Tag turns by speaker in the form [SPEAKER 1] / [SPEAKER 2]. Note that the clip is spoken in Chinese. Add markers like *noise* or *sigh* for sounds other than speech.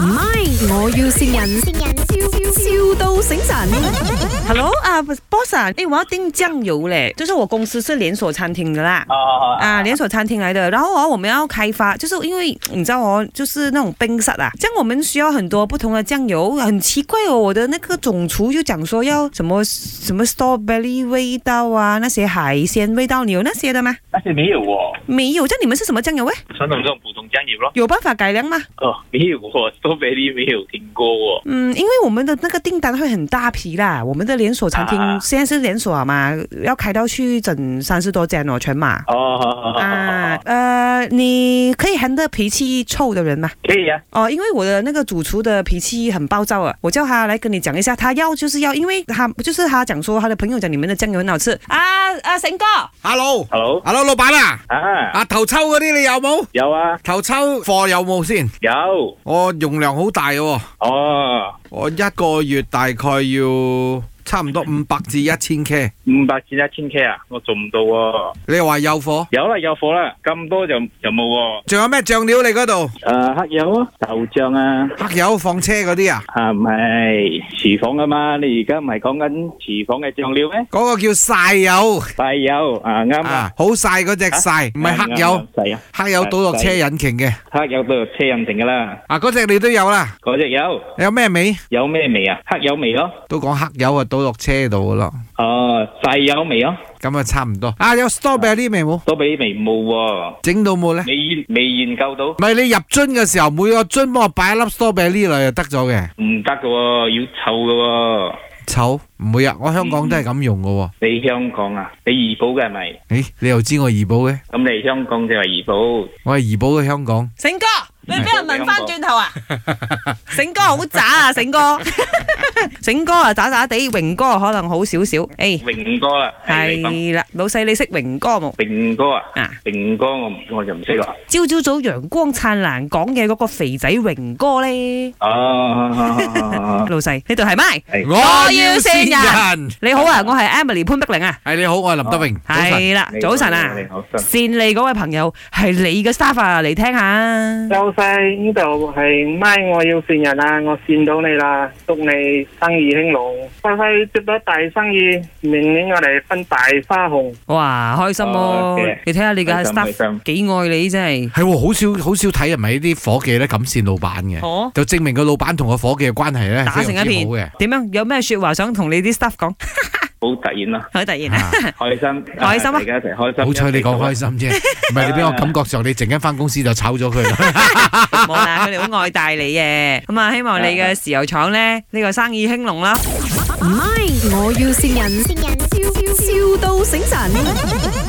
[SPEAKER 1] 唔係，我要善人，笑笑到醒神。
[SPEAKER 2] Hello 啊、b o s s 啊，哎，我要订酱油嘞，就是我公司是连锁餐厅的啦。
[SPEAKER 3] 啊
[SPEAKER 2] 啊，连锁餐厅来的，然后啊，我们要开发，就是因为你知道哦，就是那种冰室啊，这样我们需要很多不同的酱油，很奇怪哦，我的那个总厨就讲说要什么什么 strawberry 味道啊，那些海鲜味道，你有那些的吗？
[SPEAKER 3] 但是没有哦，
[SPEAKER 2] 没有，这样你们是什么酱油诶？
[SPEAKER 3] 传统这种普通酱油咯。
[SPEAKER 2] 有办法改良吗？
[SPEAKER 3] 哦，没有哦，都没你没有听过哦。
[SPEAKER 2] 嗯，因为我们的那个订单会很大批啦，我们的连锁餐厅
[SPEAKER 3] 啊
[SPEAKER 2] 现在是连锁啊嘛，要开到去整三十多间哦，全马。
[SPEAKER 3] 哦，好好好好
[SPEAKER 2] 啊
[SPEAKER 3] 好，，
[SPEAKER 2] 呃，你可以 handle 脾气臭的人吗？
[SPEAKER 3] 可以啊。
[SPEAKER 2] 哦，因为我的那个主厨的脾气很暴躁啊，我叫他来跟你讲一下，他要就是要，因为他就是他讲说他的朋友讲你们的酱油很好吃啊啊，成哥，
[SPEAKER 4] Hello，Hello，
[SPEAKER 3] Hello，
[SPEAKER 4] 老板啊，
[SPEAKER 3] 啊，
[SPEAKER 4] 啊頭抽嗰啲你有冇？
[SPEAKER 3] 有啊，
[SPEAKER 4] 頭抽貨有冇先？
[SPEAKER 3] 有。
[SPEAKER 4] 我容量好大喎、
[SPEAKER 3] 哦，
[SPEAKER 4] 我一個月大概要差唔多五百至一千 K。
[SPEAKER 3] 五百至一千 K 啊，我做唔到喎。
[SPEAKER 4] 你話有貨？
[SPEAKER 3] 有啦，有貨啦，咁多就就冇喎。
[SPEAKER 4] 仲有咩醬料你嗰度？
[SPEAKER 3] 誒，黑油啊，豆醬啊。
[SPEAKER 4] 黑油放車嗰啲啊？
[SPEAKER 3] 啊，唔係廚房啊嘛，你而家唔係講緊廚房嘅醬料咩？
[SPEAKER 4] 嗰、個叫晒油
[SPEAKER 3] 細油啊，啱啊
[SPEAKER 4] 啊，，好晒嗰隻晒，唔係黑油，
[SPEAKER 3] 細啊，
[SPEAKER 4] 黑油倒落車引擎嘅。
[SPEAKER 3] 黑油到車引擎噶啦，
[SPEAKER 4] 啊，嗰隻你都有啦。
[SPEAKER 3] 嗰只油
[SPEAKER 4] 有咩味？
[SPEAKER 3] 有咩味啊？黑油味咯。
[SPEAKER 4] 都講黑油啊，倒落車度噶咯。
[SPEAKER 3] 哦，細有味咯，
[SPEAKER 4] 咁啊，差唔多。啊，有 strawberry 味冇？
[SPEAKER 3] 多比微冇喎，
[SPEAKER 4] 整到冇呢？
[SPEAKER 3] 未未研究到，
[SPEAKER 4] 唔係你入樽嘅時候，每個樽幫我擺一粒 strawberry 落去就得咗嘅。
[SPEAKER 3] 唔得噶，要臭噶。
[SPEAKER 4] 丑唔會啊，我香
[SPEAKER 2] 嗯
[SPEAKER 4] 港都係咁用嘅喎。
[SPEAKER 3] 你香港啊，你怡保嘅係咪？
[SPEAKER 4] 咦，你又知我怡保嘅？
[SPEAKER 3] 咁你香港就係怡保，
[SPEAKER 4] 我係怡保嘅香港。
[SPEAKER 2] 成哥，你俾人問翻
[SPEAKER 3] 我
[SPEAKER 2] 轉頭啊？ *laughs* 成哥好渣啊，成哥， *laughs* 成哥啊渣渣地，榮哥可能好少少，誒、
[SPEAKER 3] 榮哥啦，係你講
[SPEAKER 2] 係啦，老細你識榮哥冇？
[SPEAKER 3] 榮哥啊，
[SPEAKER 2] 啊！
[SPEAKER 3] 榮哥我唔我就唔識啦。
[SPEAKER 2] 朝朝早陽光燦爛講嘅嗰個肥仔榮哥咧，
[SPEAKER 3] Ờ. 哦，
[SPEAKER 2] 老細呢度係咪？
[SPEAKER 3] 係
[SPEAKER 2] 我要善人
[SPEAKER 4] 人。
[SPEAKER 2] 你好啊，我係 Emily 潘碧玲啊，
[SPEAKER 4] 係你好，我係林德榮。早晨。
[SPEAKER 2] 係啦，早晨啊
[SPEAKER 3] 你，好，早晨
[SPEAKER 2] 善利嗰位朋友係你嘅 staff 啊，嚟聽
[SPEAKER 3] *laughs*
[SPEAKER 2] 下。
[SPEAKER 5] 老細呢度係咪我要善人啊！我善到你啦，祝你生意興隆，快快接到大生意。明年我哋分大花紅。
[SPEAKER 2] 哇，開心
[SPEAKER 3] 哦
[SPEAKER 2] 咯
[SPEAKER 3] ，OK！
[SPEAKER 2] 你睇下你嘅
[SPEAKER 3] 開心
[SPEAKER 2] staff
[SPEAKER 3] 開心
[SPEAKER 2] 幾愛你真係。
[SPEAKER 4] 係喎，好少好少睇人咪呢啲伙計咧咁善老闆嘅，
[SPEAKER 2] 哦
[SPEAKER 4] 就證明個老闆同個伙計嘅關係咧
[SPEAKER 2] 打成一
[SPEAKER 4] 哎非常
[SPEAKER 2] 片
[SPEAKER 4] 之好嘅。，
[SPEAKER 2] 點樣？有咩説話想同你啲 staff
[SPEAKER 4] *laughs*
[SPEAKER 2] 講？
[SPEAKER 3] 好突然啦，
[SPEAKER 2] 好突然啊！
[SPEAKER 3] 開心，
[SPEAKER 2] 開心啊
[SPEAKER 3] 大家一齊開心。
[SPEAKER 4] 好彩你講開心啫，唔係你俾我感覺上你陣間翻公司就炒咗佢啦。
[SPEAKER 2] *laughs* 冇啦，佢哋好愛戴你嘅。咁啊，希望你
[SPEAKER 4] *laughs*
[SPEAKER 2] 嘅豉油廠咧呢個生意興隆啦。
[SPEAKER 1] 唔係，我要善人，笑笑到醒神。